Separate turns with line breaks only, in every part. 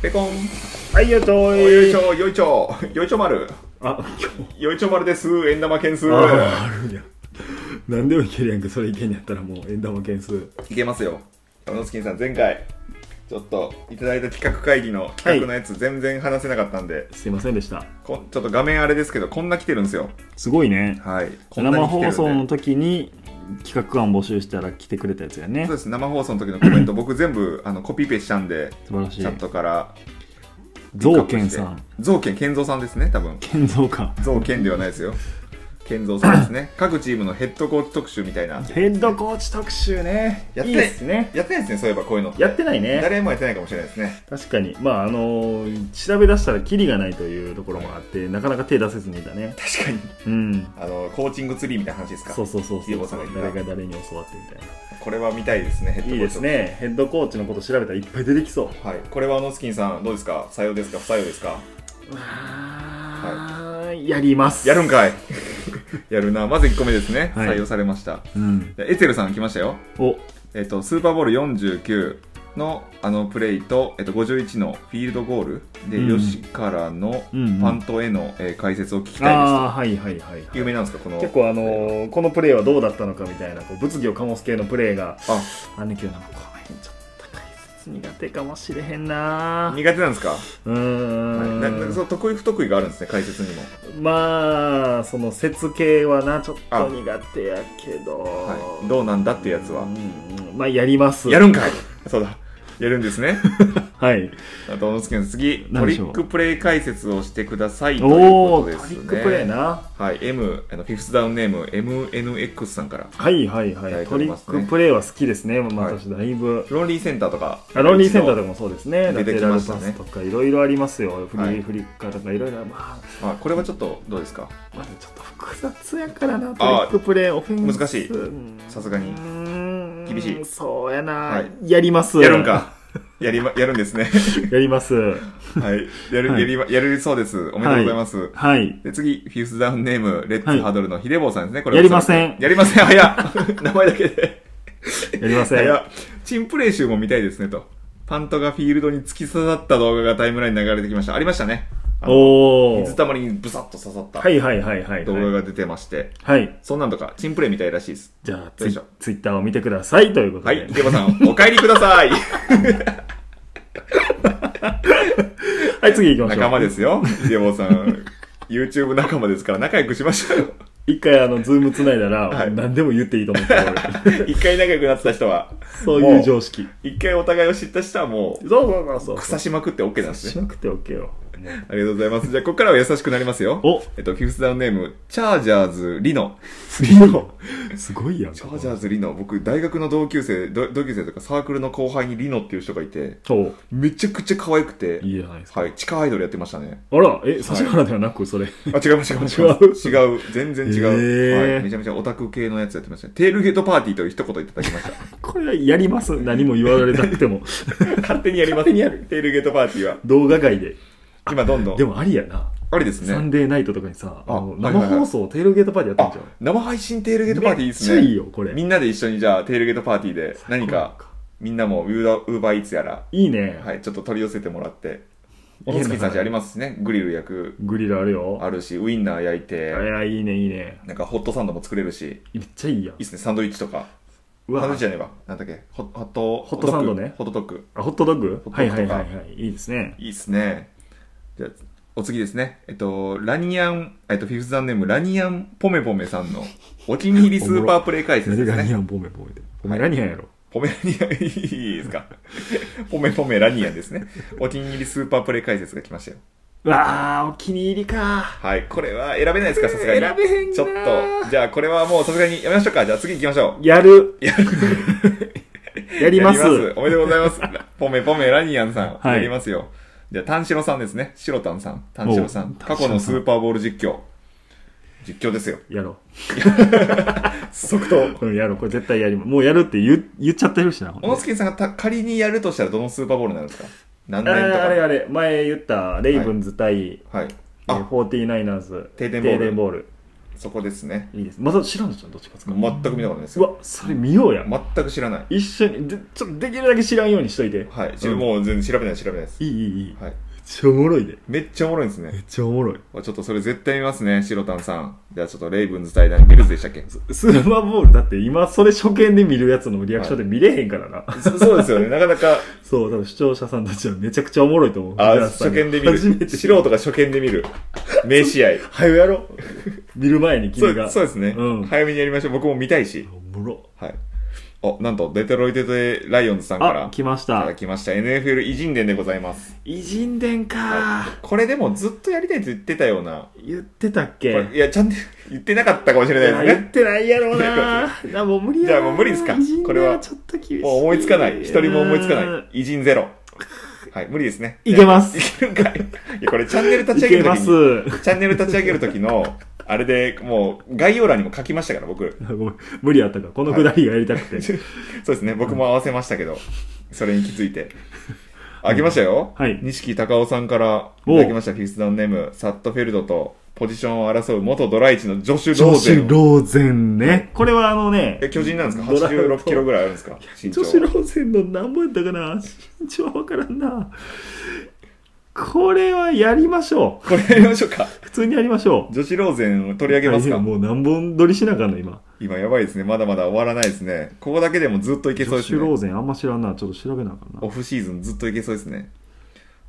ペコン
はい、よいと
およい
ー
ちょよいちょよいちょ丸
あ、今
よいちょ丸です円玉件数
日あ、あるんや。何でもいけるやんけ、それいけんやったらもう、円玉件数。
いけますよあのスキンさん前回ちょっといただいた企画会議の企画のやつ全然話せなかったんで、
すいませんでした。
こちょっと画面あれですけどこんな来てるんですよ
すごいね。
はいこんな
生
に来てる
放
んで
送の時に企画案募集したら来てくれたやつやね
そう。です生放送の時のコメン ト僕全部あのコピペしたんで
素晴らし
チャッ
い。
トから
ゾウケンさん。
造健健三さんですね多分
ケンゾウか。
造健ではないです よ健三さんですね各チームのヘッドコーチ特集みたいな
ヘッドコーチ特集ね。
やっ
い
て
いですね。
やってないですねそういえばこういうのって
やってないね。
誰もやってないかもしれないですね
確かに。まあ、あのー調べ出したらキリがないというところもあって、なかなか手出せずにいたね。
確かに
うん。
あのコーチングツリーみたいな話ですか
そうそうそう
ゆ
そうう
こさんが言った
誰が誰に教わってみたいな。
これは見たいですねヘッドコーチ
いいですね。ヘッドコーチのこと調べたらいっぱい出てきそう。
はいこれはノスキンさんどうですか採用ですか不採用ですか
はい。やります。
やるんかい やるなまず1個目ですね、
はい
採用されました
うん。
でエツェルさん来ましたよ
お、
えっと、スーパーボール49のあのプレイと、えっと、51のフィールドゴールで、
うん
吉からの
うんうん
パントへの、えー解説を聞き
あ
たい
あ、はいはいはい。
です有名なんですかこの
結構あのーこのプレーはどうだったのかみたいな、こう物議を醸す系のプレーが、
あ
あんねんけどな、この辺ちょっと解説苦手かもしれへんな
苦手なんですか,、
う
はい、
ー
ななんか
ん。
そう得意不得意があるんですね解説にも
まあ、その説系はな、ちょっ
あ
と苦手やけど。
はい、どうなんだっていうやつは
うんうんまあ、やります。
やるんかい そうだやるんです ね
はい。
あと小野助の次ト
何で
リ
しょう
ックプレイ解説をしてくださいという
お
こ
お
と
ー、
で
ト
す
リ
ね
ックプレーな。
はい M あのフィフスダウンネーム MNX さんから
はいはいは
た
い
だ
い。
いてお
ト
り
リ
ま
ッ
すね
クプレーは好きですね。まあ、
はい
私だいぶ。
ロンリーセンターとか
あロンリーセンターとかもそうですね。
出
ラ
て
テ
き
ラ
ま
ル
した
パ
ね
スとかいろいろありますよ。フリ
はい
ーフリッカーとかいろいろ。まあ、
あこれはちょっとどうですか
まだちょっと複雑やからな。トリ
あー
ックプレー、オフェンス。
難しい
うん
さすがに
うーん
厳しい
そうや
は。
ないやります。
やるん。かやりま、やるんですね。
やります。
はい。やる、
はい
やりま、やるそうです。おめでとうございます。
はい。
で、次、フィフスダウンネーム、レッ
は
ツ
い
ハードルのヒデボーさんですね、これは
やりません
やりません、早っ 名前だけで。
やりません。
早っチンプレー集も見たいですね、と。パントがフィールドに突き刺さった動画がタイムラインに流れてきました。ありましたね。あの
おお。
水たまりにブサッと刺さった
はいはいはいはい
動画
はい。
が出てまして、
はい。
そんなんとか、チンプレーみたいらしいです。
じゃあ
よ
ツ
い
イ
しょ、
ツイッターを見てくださいということ
は
で。
い、ヒデボーさん、お帰りくだ さい
はい、次行きましょう。
仲間ですよ、ヒデボーさん。YouTube 仲間ですから仲良くしましょうよ。
一回あの、ズームつないだら、
はい
何でも言っていいと思っ て、俺
一回仲良くなってた人は、
そういう常識。
一回お互いを知った人はもう、
そうそうそう
腐しまくって OK なんです
し
ね。
なくて OK よ。
ありがとうございます。じゃあ、ここからは優しくなりますよ。
お
えっと、フィフスダウンネーム、チャージャーズ・リノ。
リノすごいやん。
チャージャーズ・リノ。僕、大学の同級生、ど同級生とかサークルの後輩にリノっていう人がいて、
そう。
めちゃくちゃ可愛くて、
いいじゃないですか。
はい、地下アイドルやってました ね。
あら、え、指原ではなく、それ。
あ、違います、違います、違います。違う。全然違う、
へー
はい。めちゃめちゃオタク系のやつやってましたね。テールゲートパーティーという一言いただきました。
これはやります。何も言われなく ても。
勝手にやります。
勝手にやる
テールゲートパーティーは。
動画外で。
今どんどん。
でもありやな。
ありです
サ
ね
ン。デーナイトとかにさ、
あ
あ
は
の
いはいはい
生放送、テールゲートパーティーやっ
あ
てんじゃ、
生配信テールゲートパーティーいいですね。
めっちゃいいよこれ
みんなで一緒にじゃあ、テールゲートパーティーで、何か、みんなもウーダウーバーイーツやら、
ん。いいね。
はい、ちょっと取り寄せてもらって。
い
お
いね
のつきさんちありますしね。グリル焼く、
グリルあるよ。
あるし、ウインナー焼い
い
て、
や、いいね、いいね。
なんかホットサンドも作れるし、い
めっちゃいいやん
いっ。すね、サンドイッチとか。サ
う
ンドイ
わ
ッチじゃねえわ。なんだっけ、ホホット、
ホットサンドね
ホットドッグ。
あホットドッグ
ホットドッグとか
はいはいはいはい。いいですね。
いいっすね。じゃあお次ですね。えっと、ラニアン、えっと、フィフスダンネーム、ラニアンポメポメさんの、お気に入りスーパープレイ解説で
何
す
が
ね
ニ。アン、ボメボメで。お前何やんやろ。
ポメラニアン、いいですか。ポメポメラニアンですね。お気に入りスーパープレイ解説が来ましたよ。
うわあ、お気に入りか。
はい。これは選べないですか、さすがに。
選べへんな
ちょっと。じゃあ、これはもうさすがにやめましょうか。じゃあ次行きましょ
や る。
う。や
やります。
おめでとうございます。ポメポメラニアンさん。
はい
やりますよ。じゃあ、丹ロさんですね。シロタンさん。丹ロさん。
お
過去のスーパーボール実況。実況ですよ。
やろ
即答。
う。うん、やろう。これ絶対やります。もうやるって言う言っちゃってるしな。ほん
小
で
野助さんがた仮にやるとしたらどのスーパーボールになるんですか何
あ
年と
れ
か。
あれあれ、前言った、レイブンズ対、
はい。
え
あ
ー、49ers、
停電ボール
ボール。
そこですね
いいです。まだ知らんじゃん、どっちか使う。
全く見たことないです
う
よ
わ、それ見ようや。
全く知らない
一緒に、でちょっとできるだけ知らんようにしといて。
はい、
うん
もう全然調べない調べないです
いい、いい、いい。
はい
めっちゃおもろいで。
めっちゃおもろいです
め
ね
っちゃおもろい。
ちょっとそれ絶対見ますね白炭さんじゃあちょっとレイブンズ対談ビルズでしたっけ
スーパーボールだって今それ初見で見るやつのリアクションで見れへんからな。
そそうですよねなかなか
そう、多分視聴者さんたちはめちゃくちゃおもろいと思う。
あ
藤原さ
初
んが
見で見
初め
る
て。
素人が初見で見る名 試合
はよやろう。見る前に
そ
君
う
が。
そうですね、
うん
早めにやりましょう僕も見たいし
おもろ。
はいあなんとデトロイトでライオンズさんから
あ、来まし
いた
た
だ。きました NFL 偉人伝でございます
偉人伝か
これでもずっとやりたいと言ってたような
言ってたっ
こ
け
れいやちゃんと 言ってなかったかもしれないです
いや言
ね
ってないやろう ななもう無理やな
じゃあもう無理ですか
偉人伝
これは
ちょっと厳しい。
もう思いつかない一人も思いつか
う
なんい偉人ゼロはい無理ですね
いけま す
いけるんかいいやこれチャンネル立
い
ち上げ
け
ると
ま
き
す。
にチャンネル立ち上げる時のあれでもう概要欄にも書きましたから僕
ごめん無理やったか。このくだりがやりたくて。
そうですね、僕も合わせましたけど、それに気づいて。あげましたよ。
はい
錦高尾さんからい
おう
ただきました、フィフスダウンネーム、サットフェルドとポジションを争う元ドライチのジョシュ・ロー
女子
ゼン。
ローゼンね。これはあのね
え、、巨人なんですか
ドラフト
?86 キロぐらいあるんですか身長
女子ローゼンの何本やったかな身長はわからんな。これはやりましょう。
これやりましょうか。
普通にやりましょう。
女子ローゼンを取り上げます
大
か
変もう何本撮りしなあかんの、今。
今やばいですね。まだまだ終わらないですね。ここだけでもずっといけそう
女
で
子
す
ロー
ね。
ゼンあんま知らんな。ちょっと調べなあかんな。
オフシーズンずっといけそうですね。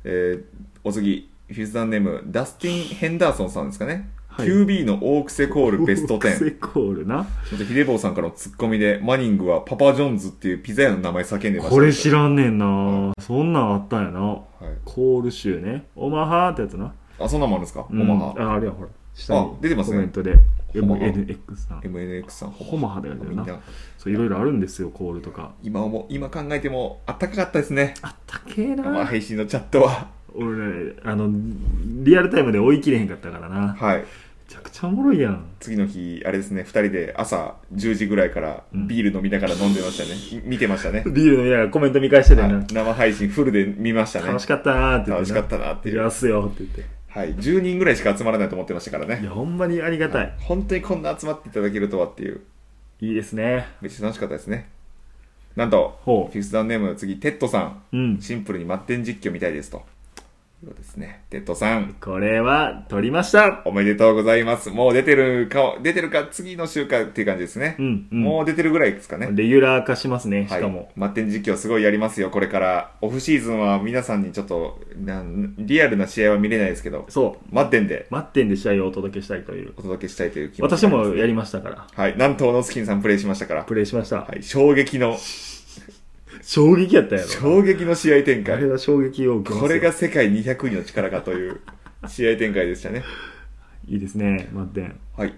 えー、お次、フィフスダウンネーム、ダスティン・ヘンダーソンさんですかね。
はい
QB の大癖コールベスト10
セ。コールな。
ちょっとヒデボーさんからのツッコミで、マニングはパパジョーンズっていうピザ屋の名前叫んでました。
これ知らんねんな。そんなんあったんやな。
はい、
コール州ね。オマハーってやつな。
あ、そんなんもあるんですか、
うん
オマハ。
あ、あれや、ほら。下に
あ出てますね
コメントで。
オマハ
MNX さん。
MNX さん、ホ
ホマハだよ
みんな
な。そう、いろいろあるんですよ、コールとか。
今も、今考えてもあったかかったですね。
あったけえな。
まあ、配信のチャットは。
俺ねあのリアルタイムで追い切れへんかったからなめ
はい。
ちゃくちゃおもろいやん
次の日、あれですね、2人で朝10時ぐらいから
うん
ビール飲みながら飲んでましたね。い見てましたね。
ビール飲みながらコメント見返してたよな、
はい生配信フルで見ましたね。
楽しかったなーって言って
楽しかったなって
い
いう。
やすよって言って
はい。10人ぐらいしか集まらないと思ってましたから
い
ね。
やほんまにありがたい、
本当にこんな集まっていただけるとはっていう。
い、いですね
めっちゃ楽しかったですね。なんと、
ほ
フィフスダウンネーム、次、テッドさん。
ううん
シンプルにマッテン実況みたいですと。いうことですね。テッドさん、
これは取りました
おめでとうございます。もう出てるか、出てるか、次の週かっていう感じですね。
うんうん
もう出てるぐらいですかね。
レギュラー化しますね
は
し
い
かも、。
マッテン実況すごいやりますよ、これから。オフシーズンは皆さんにちょっと、なんリアルな試合は見れないですけど、
そう
マッテンで
待ってんで試合をお届けしたいという
お届けしたいという気持ち
私
があります
もやりましたから
はい。なんと、オノスキンさんプレイしましたから。
プレイしました、
はい。衝撃の、
衝撃やったやろ
衝撃の試合展
あ
開
れ。は衝撃を受けます
これ
よ
が世界200位の力かという試合展開でしたね。
いいですね待ってん
はい。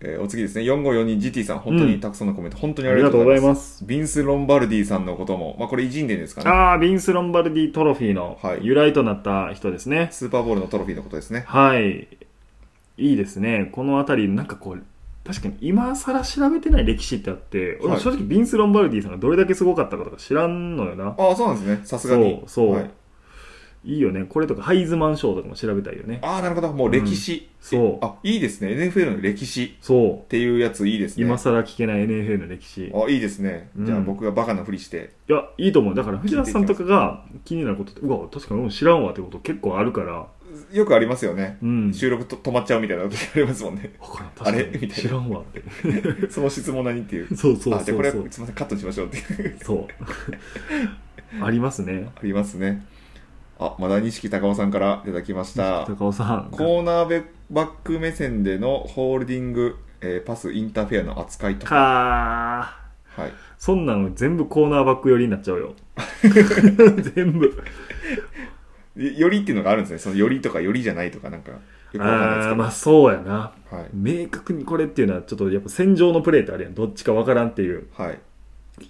えーお次ですね。4542 GT さん、本当にたくさんのコメント、本当にあり
あ
が
り
と
がと
う
う
ござ
ござ
いま。
いますす
ビンス・ロンバルディさんのことも、まあこれ偉人伝ですかね。
ああ、ビンス・ロンバルディトロフィーの
はい
由来となった人ですね。
スーパーボールのトロフィーのことですね。
はい。いいですね。このあたり、なんかこう、確かに今更調べてない歴史ってあって、俺
は
も
い
正直ビンス・ロンバルディさんがどれだけすごかったかとか知らんのよな。
ああ、そうなんですね。さすがに。
そうそう
はい、
いいよね。これとかハイズマン賞とかも調べたいよね。
ああ、なるほど。もう歴史。
うんそう
あ、いいですね。NFL の歴史
そ
っていうやついいです
う。
ね。
今更聞けない NFL の歴史。い
あ、いいですね。
うん
じゃあ僕がバカなふりして。
や、いいと思う。だから藤田さんとかが気になることって、うわ、確かに俺も知らんわってこと結構あるから、
よくありますよね。
うん。
収録と止まっちゃうみたいな時ありますもんね。
わからん
あれ
確かに
みたいな
知らんわって。
その質問何っていう。
そうそうそうそう。
あ、じゃあこれはすみません、カットにしましょうっていう。
そう。ありますね。
ありますね。あ、まだ錦高尾さんからいただきました。
高尾さん。
コーナーバック目線でのホールディング、えーパス、インターフェアの扱いとか。
か
はい。
ーそんなの全部コーナーバック寄りになっちゃう よ。全部。
いよりっていうのがあるんですね。そのよりとかよりじゃないとかなんか、よくわかんないです
あ
け
ー
ど。
まあそうやな。
はい。
明確にこれっていうのはちょっとやっぱ戦場のプレーってあるやん。どっちかわからんっていう。
はい。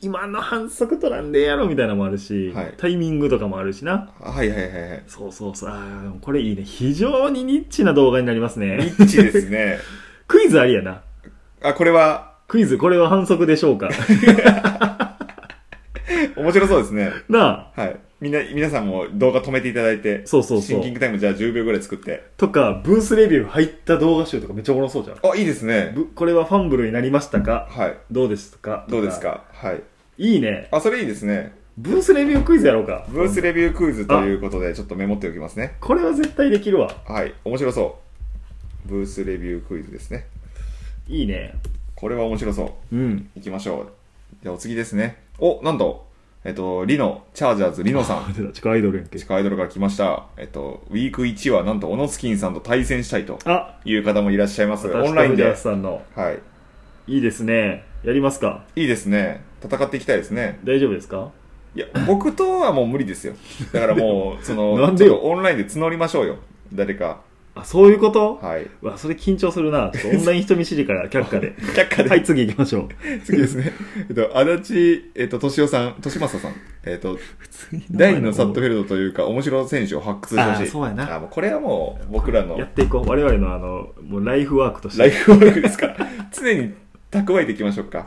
今の反則取らんでええやろみたいなのもあるし、
はい
タイミングとかもあるしな。
あはいはいはいはい。
そうそうそう。あーこれいいね。非常にニッチな動画になります
ニ
ね。
ッチですね。
クイズありやな。
あ、これは、
クイズこ れは反則でしょうか
面白そうですね。
なあ。
はい。みんな、皆さんも動画止めていただいて、
そうそうそ
シ
う
ンキングタイムじゃあ10秒ぐらい作って。
とか、ブースレビュー入った動画集とかめっちゃおもろそうじゃん。
あ、いいですね。
ぶこれはファンブルになりましたか
はい。
どうですか
どうですかはい。
いいね。
あ、それいいですね。
ブースレビュークイズやろうか。
ブースレビュークイズということで、ちょっとメモっておきますね。
これは絶対できるわ。
はい。面白そう。ブースレビュークイズですね。
いいね。
これは面白そ
うん。
う。いきましょう。じゃあお次ですね。お、なんと、えっと、リノ、チャージャーズ、リノさん。
出た、地下アイドルやんけ
地。下アイドルから来ました。えっと、ウィーク1はなんと、オノスキンさんと対戦したいと
あ、
いう方もいらっしゃいます。
私
オ
と
ンライン
藤
で
原。さんの。
はい。
いいですね。やりますか
いいですね。戦っていきたいですね。
大丈夫ですか
いや、僕とはもう無理ですよ。だからもう、その、
なんでよ
ちょっとオンラインで募りましょうよ。誰か。
あ、そういうこと
はい。
うわ、それ緊張するな。ちょっとオンライン人見知り から却下で。
却下で。
はい、 次行きましょう。
次ですね。 えっと、足立、えっと、敏夫さん、敏正さん。えっ と、第二のサットフェルドというか、面白い選手を発掘してほしい。
あーそうやな
あ、もうこれはもう、僕らの
やっていこう。我々のあの、もうライフワークとし
ライ
て。
フワークですから、 常に蓄えていきましょうか。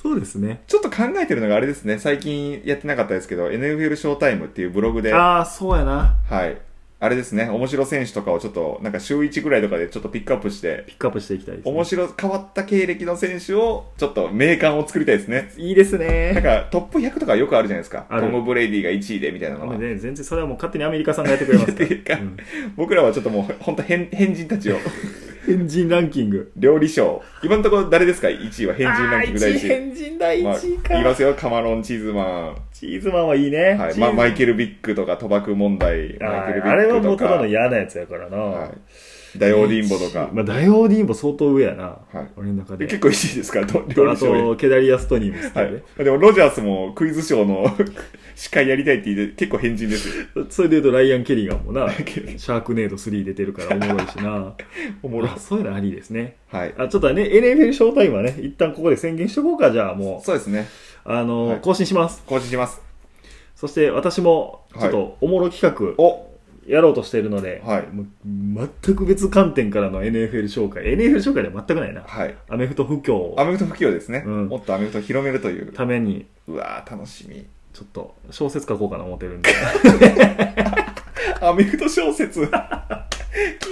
そうですね。
ちょっと考えてるのがあれですね、最近やってなかったですけど、NFL ショータイムっていうブログで、は
ああ、そうやな。
い。あれですね、面白選手とかをちょっと、なんか週1ぐらいとかでちょっとピックアップして、
ピックアップしていきたいです、
面白い変わった経歴の選手をちょっと名鑑を作りたいですね
いいです
なん
ね。
かトップ100とかよくあるじゃないですか
あ
ト
る
ム・ブレイディが1位でみたいなのは、
ね全然それはもう勝手にアメリカさんがやってくれますか。
っていうから
うん
僕らはちょっともう本当変変人たちを
変人ランキング。
料理賞今のところ誰ですか1位は変人ランキング第
あー一
1
位
位
変人第
まあ
1位か。
いますよカマロン・チーズマ
チーズマンはいいね。
ン、はい
チーズ
まあ、マイケル・ビックとか賭博問題
あ
マイケル・ビックと
ー
か
あれはもうただの嫌なやつやからな。
はい、ダイオーディンボとか、
まあ、ダイオーディンボ相当上やな。
はい
俺の中で。
結構1位ですからど料
あ
理賞より
と、ケダリア・ストニーも好き
は
だ
い
ね。
でもロジャースもクイズショーの 司会やりたいって言って結構変人ですよ
それで言うと、ライアン・ケリガンも な、シ
ンケリガン
ャークネード3出てるからおもろいしな。
おもろ
あそういうのありですね。
はい。
あ、ちょっとね、NFL ショータイムはね、一旦ここで宣言しとこうか、じゃあもう、
そうですね。
あの、
はい
更新します。
更新します。
そして私も、ちょっとおもろ企画、
お
やろうとしているので、
はい
もう全く別観点からの NFL 紹介。NFL 紹介では全くないな。
はい。
アメフト不
ア
況
メフト不況ですね。
うん
もっとアメフトを広めるという。
ために、
うわー、楽しみ。
ちょっと小説書こうかな思って るんで。
アメフト小説。 聞い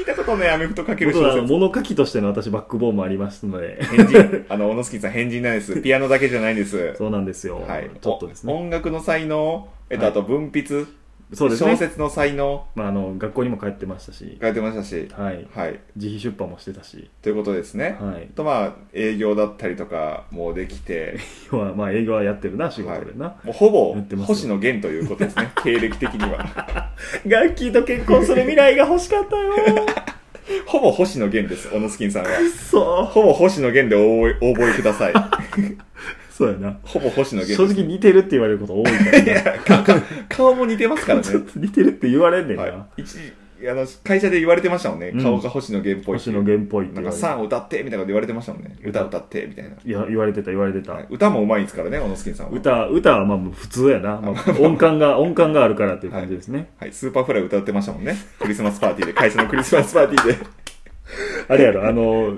たことないアメフトかける
僕はあ
小
の
説。
物書きとしての私バックボーンもありますの で、
変人。 あの、小野月さん変人なんで す。ピアノだけじゃないんです。
そうなんですよ。
はい。
ちょっとです
お
ね。
音楽の才能、えっと、
はい
あと文筆、
そうです
小
ね。
説の才能、
まあ、あの、学校にも帰ってましたし、
書いてましたし。
はい。
はい。
自費出版もしてたし、
ということですね。
はい
あ。と、まあ、営業だったりとかもできて、
要は、まあ、営業はやってるな、仕事でな。
もうほぼ
やってますよ
星野源ということですね。経歴的には。
ガッキーと結婚する未来が欲しかったよ
ほぼ星野源です、小野スキンさんは。
そ
ほぼ星野源で応募応募ください。
う。そうやな。
ほぼ星野
正
源
直
です。
似てるって言われる こと多いからな。
顔も似てますからね
ちょ。っと似てるって言われんねんな。
はい、一時あの会社で言われてましたもんね。
うん
顔が星野源っぽいって
星
いう
野源っぽいって
なん
言
か、
われ
さん歌ってみたいなこと言われてましたもんね。歌歌ってみたいな。
いや言われてた言われてた、
はい歌もうまいんですからね、小野スキンさんは。
歌歌はまあ普通やな、まあ、音感が音感があるからっていう感じですね、
はい、スーパーフライ歌ってましたもんね。クリスマスパーティーで、会社のクリスマスパーティーで。
あれやろあの、
はい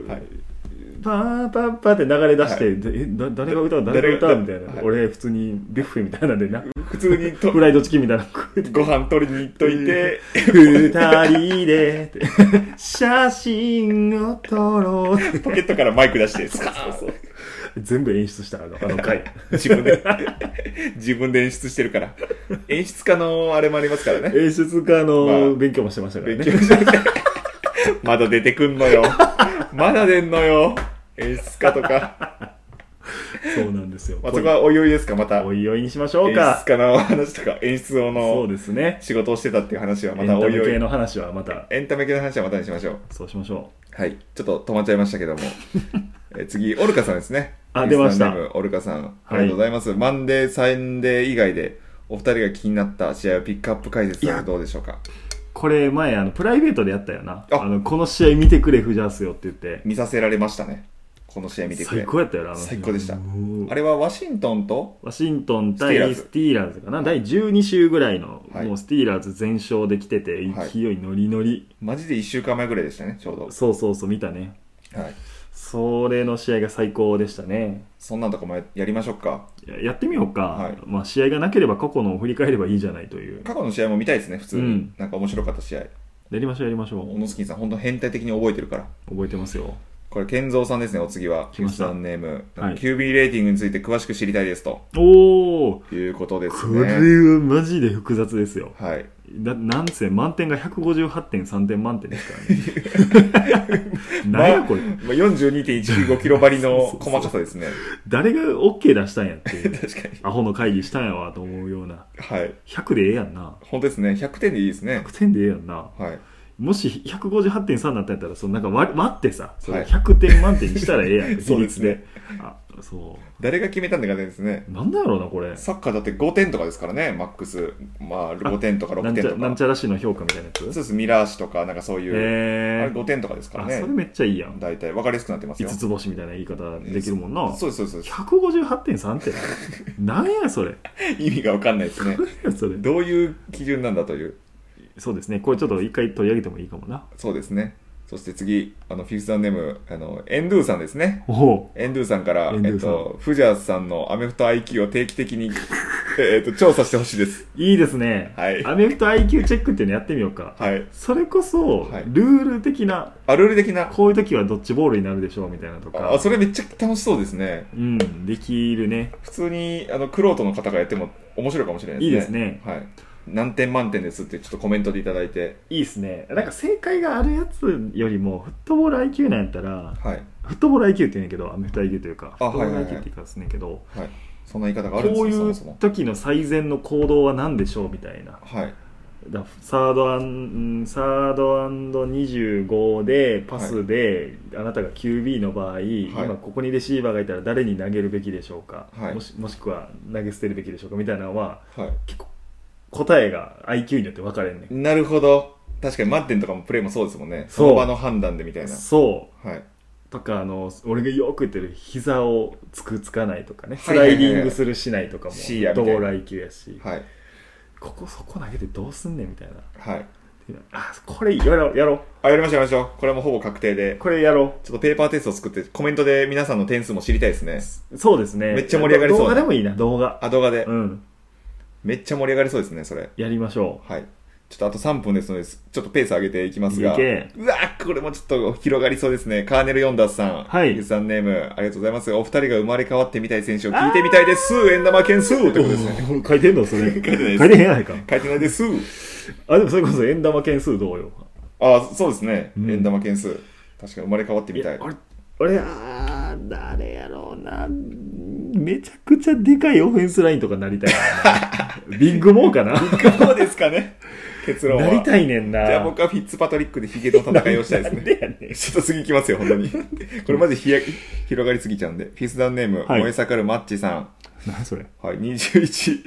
パーパーパーって流れ出して、でえだ誰が歌う誰が歌うみたいな、
はい
俺普通にビュッフェみたいなんでな
普通にと
フライドチキンみたいなの食うて
ご飯取りに行っといて、
二人で って写真を撮ろうって
ポケットからマイク出して、スカーン
全部演出したあのあの回
自分で、自分で演出してるから。演出家のあれもありますからね。
演出家の、
まあ
勉強もしてましたから
勉
ね
強しててまだ出てくんのよ。まだ出んのよ。演出家とか。
そうなんですよ、
まあ、そこはおいおいですか、また。
お
演
いおいにしましょ
出
うか
家の話とか、演出を
そう
の
ですね
仕事をしてたっていう話はま
エンタ
たお
メ
いお
系
い。
の話はまた
エンタメ系の話はまたにしましょう。
そうしましょ
はい。ちょっと止まっちゃいましたけ ども。え次、オルカさんですね。
あ出ました
リスナーネームオルカさん。あ
はい
りがとうございます。マンデー、サンデー以外で、お二人が気になった試合をピックアップ解説はどうでしょうか
うこれ前あのプライベートでやったよな
あ
あのこの試合見てくれフジャースよって言って
見させられましたね。この試合見てくれ。
最高やったよなあの
最高でした
うー
あれはワシントンと、
ワシントン
スティーラー
対
ズ
スティーラーズかな第12週ぐらいの、
はい
もうスティーラーズ全勝できてて
はい
勢いノリノリ、
マジで1週間前ぐらいでしたね、ちょうど。
そうそうそう見たね
はい。
それの試合が最高でしたね。
そんなんとかもややりましょうか。
ややってみようか、
はい
まあ、試合がなければ過去のを振り返ればいいじゃないという。
過去の試合も見たいですね、普通に。
うん
なんか面白かった試合。
やりましょう、やりましょ
小
う。
野月さん、本当変態的に覚えてるから。
覚えてますよ。
これ、健三さんですね、お次は。
来ました
さんネーム、
はい
QB レーティングについて詳しく知りたいですと
おお、
いうことです
こ
ね。
れはマジで複雑ですよ。
はい。
だなんせ満点が158.3点満点ですからね。
ま
なん
あ
やこれ。
まあ、42.195キロ張りの細かさですね。
誰が OK 出したんやっていう。
確かに。
アホの会議したんやわと思うような。
はい。
100でええやんな。
本当ですね。100点でいいですね。
100点でええやんな。
はい。
もし158.3になったんやったら、そのなんか割割ってさ、それ
はい。
100点満点にしたらええや ん
そうですね
比率で。あ、そ
誰が決めたんだかですね。
う。なんだろうな、これ。
サッカーだって5点とかですからね、マックス。まあ、5点とか
な
6
んち
点
ゃ
と
なん
か。
ちゃらしの評価みたいなや
そう
つ。
です、ミラー氏とか、なんかそういう。あれ
えー。
5点とかですから
あ、それ
ね。
めっちゃいいやん。
大体分かりやすくなってます
5
よ。
つ星みたいな言い方できるもんな。
そうです、そうです。
158.3って。なんやそれ。
意味が分かんないですね。
なんやそれ。
どういう基準なんだという。
そうですね。これちょっと一回取り上げてもいいかもな。
そうですね。そして次、あの、フィフスアンネーム、あの、エンドゥさんですね。
おお
エンドゥさんから、
エンド
え
ゥ
っ
さん
と、フジャースさんのアメフト IQ を定期的に、 えっと、調査してほしいです。
う。いいですね。
はい
アメフト IQ チェックっていうのやってみようか。
はい。
それこそ、
はい
ルール的な、
あ、ルール的な。
こういう時はドッジボールになるでしょうみたいなとか。
あ、それめっちゃ楽しそうですね。
うん、できるね。
普通に、あの、クロートの方がやっても面白いかもしれない
いいで
ですす
ね
ね。はい。何点満点ですってちょっとコメントでいただいて。
いいですね。なんか正解があるやつよりも、フットボール IQ なんやったら、
はい。
フットボール IQ って言うんやけど、アメフト IQ というか、フ
あ
ットボール
はい
IQ っ
はいはい
て言い方すんねんけど、
はい。そんな言い方があるんです
こう
よ、そ
いう
もそも。
時の最善の行動は何でしょうみたいな。
はい。
だサードアン、うんサードアンド25でパスで、あなたが QB の場合、今ここにレシーバーがいたら誰に投げるべきでしょうか、
はい
もしもしくは投げ捨てるべきでしょうかみたいなのは
は
結構答えが IQ によって分かれんね
い。
ん
なるほど。確かに満点とかもプレーもそうですもんね。
そ
そ
う
の場の判断でみたいな。
そう
はい。
とかあの俺がよく言ってる膝をつくつかないとかねス
はいは
ラ
いはい
イディングするしないとかもフ
視野
ッ
みた
ト
い
ボ
な
ール IQ やし、
はい。
ここそこ投げてどうすんねんみたいな
はい。
あこれやろうやろ
あ、やりましょう、やりましょう。これはもうほぼ確定
う
で。
これやろう
ちょっとペーパーテストを作って、コメントで皆さんの点数も知りたいですね。
そうですね。
めっちゃ盛り上がりそう
動画でもいいな、動画。
あ、動画で
う。ん。
めっちゃ盛り上がりそうですね、それ。
やりましょ
はい。ちょっとあと3分ですので、すちょっとペース上げていきます
い
が。
け
うわーこれもちょっと広がりそうですね。カーネル・ヨンダースさん。
はい
ユーザーネーム、ありがとうございます。お二人が生まれ変わってみたい選手を聞いてみたいです。円玉件数ってことですね。
う。書いてんのそ れ。書い
てないです
てへんやないか。
書いてないです。
あ、でもそれこそ円玉件数どうよ。
あ、そうですね。
うん
円玉件数。確かに生まれ変わってみたい。
俺、俺、あー誰やろうな。めちゃくちゃでかいオフェンスラインとかなりたいな。 ビッグモーかな
どうですかね。 結論は。
なりたいねんな。
じゃあ僕はフィッツパトリックでヒゲの戦いを したいです
なん
ね。
でやねん。
ちょっと次行きますよ、本当 に。これマジひや広がりすぎちゃうんで。フィスダンネーム、
はい
燃え盛るマッチさん。
何それ。
はい、21、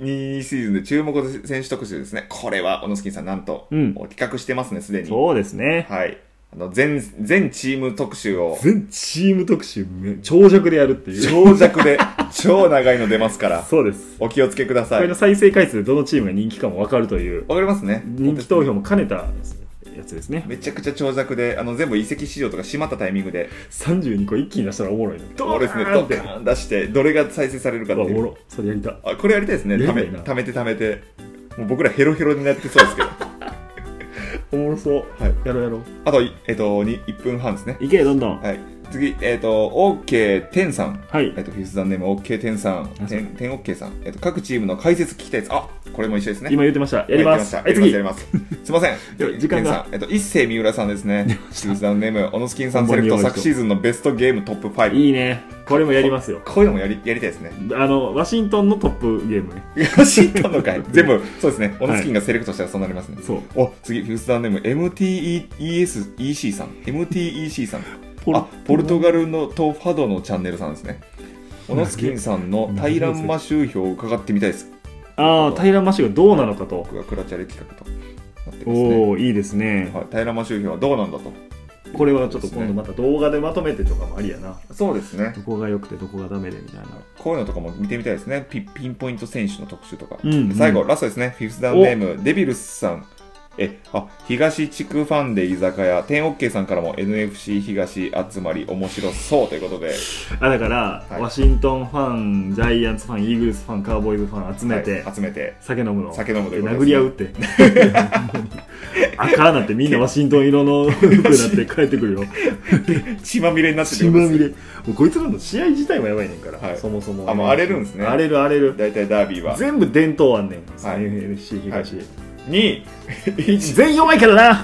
22シーズンで注目選手特集ですね。これは、小野スキンさん、なんと、
うん
もう企画してますね、すでに。
そうですね。
はい。あの、全、全チーム特集を、
全チーム特集、め長尺でやるっていう。
長尺で、超長いの出ますから、
そうです。
お気をつけくだ
こ
さ
れ
い。
の
わか
再生回数でどのチームが人気かも分かるという。
りますね。
人気投票も兼ねたやつですね
めちゃくちゃ長尺で、あの、全部移籍市場とか閉まったタイミングで、
32個一気に出したらおもろいね
ドーですね、
ーン
ド
っ
カ
て
ーン出して、どれが再生されるか
う
って
わ
い
おも
う。
ろそれやりた
あこれやりたいですね
やり
た
た
め
いな
ためてためてもう僕らヘロヘロになってそうですけど
おもろそう、
はい
やろうやろ
あと,、えっとに1分半ですね
ういけどんどんはい、
はい次えっ、と OK 天さんえっとフィフスザンネーム OK 天さん
あそう
天天 OK さん、えっと各チームの解説聞きたいですあこれも一緒ですね
今言ってましたやります
はい
はい
やり
次
ましたやりますすいません
や時間が
天さんえっと一世三浦さんですねフィフスザンネーム小野スキンさんセレク
本
ト
番に用意し
昨
と
シーズンのベストゲームトップ5
いいねこれもやりますよ
こういうのもやりやりたいですね
あのワシントンのトップゲームね
ワシントンの 回全部そうですね小野スキンがセレクトしたらそうなりますね、
そう
お次フィフスダンネーム MTESEC さん MTEC さん
ポル
あポルトガルのとファドのチャンネルさんですねオノスキンさんのタイランマ集票を伺ってみたいです
ああタイラーマシュがどうなのかと
僕がクラチャレ企画となってますね
おおいいですね、
はい、タイランマ集票はどうなんだと
これはちょっと今度また動画でまとめてとかもありやな
そうですね
どこが良くてどこがダメでみたいな
こういうのとかも見てみたいですねピピンポイント選手の特集とか、
うんうん
最後ラストですねフィフスダンネームデビルスさんえ、あ、東地区ファンで居酒屋、天 OK さんからも NFC 東集まり面白そうということで、
あだから、
はい
ワシントンファンジャイアンツファンイーグルスファンカーボーイズファン集めて、
はい集めて、
酒飲むの
酒飲むということ
殴り合うって赤なってみんなワシントン色の服になって帰ってく るよ
血まみれになって
血まみれもうこいつらの試合自体もやばいねんから、
はい
そもそも、
あもう荒れるんですね
荒れる荒れる
大体ダービーは。
全部伝統あんねん、
はい
NFC 東、
2、1、
全員弱いからな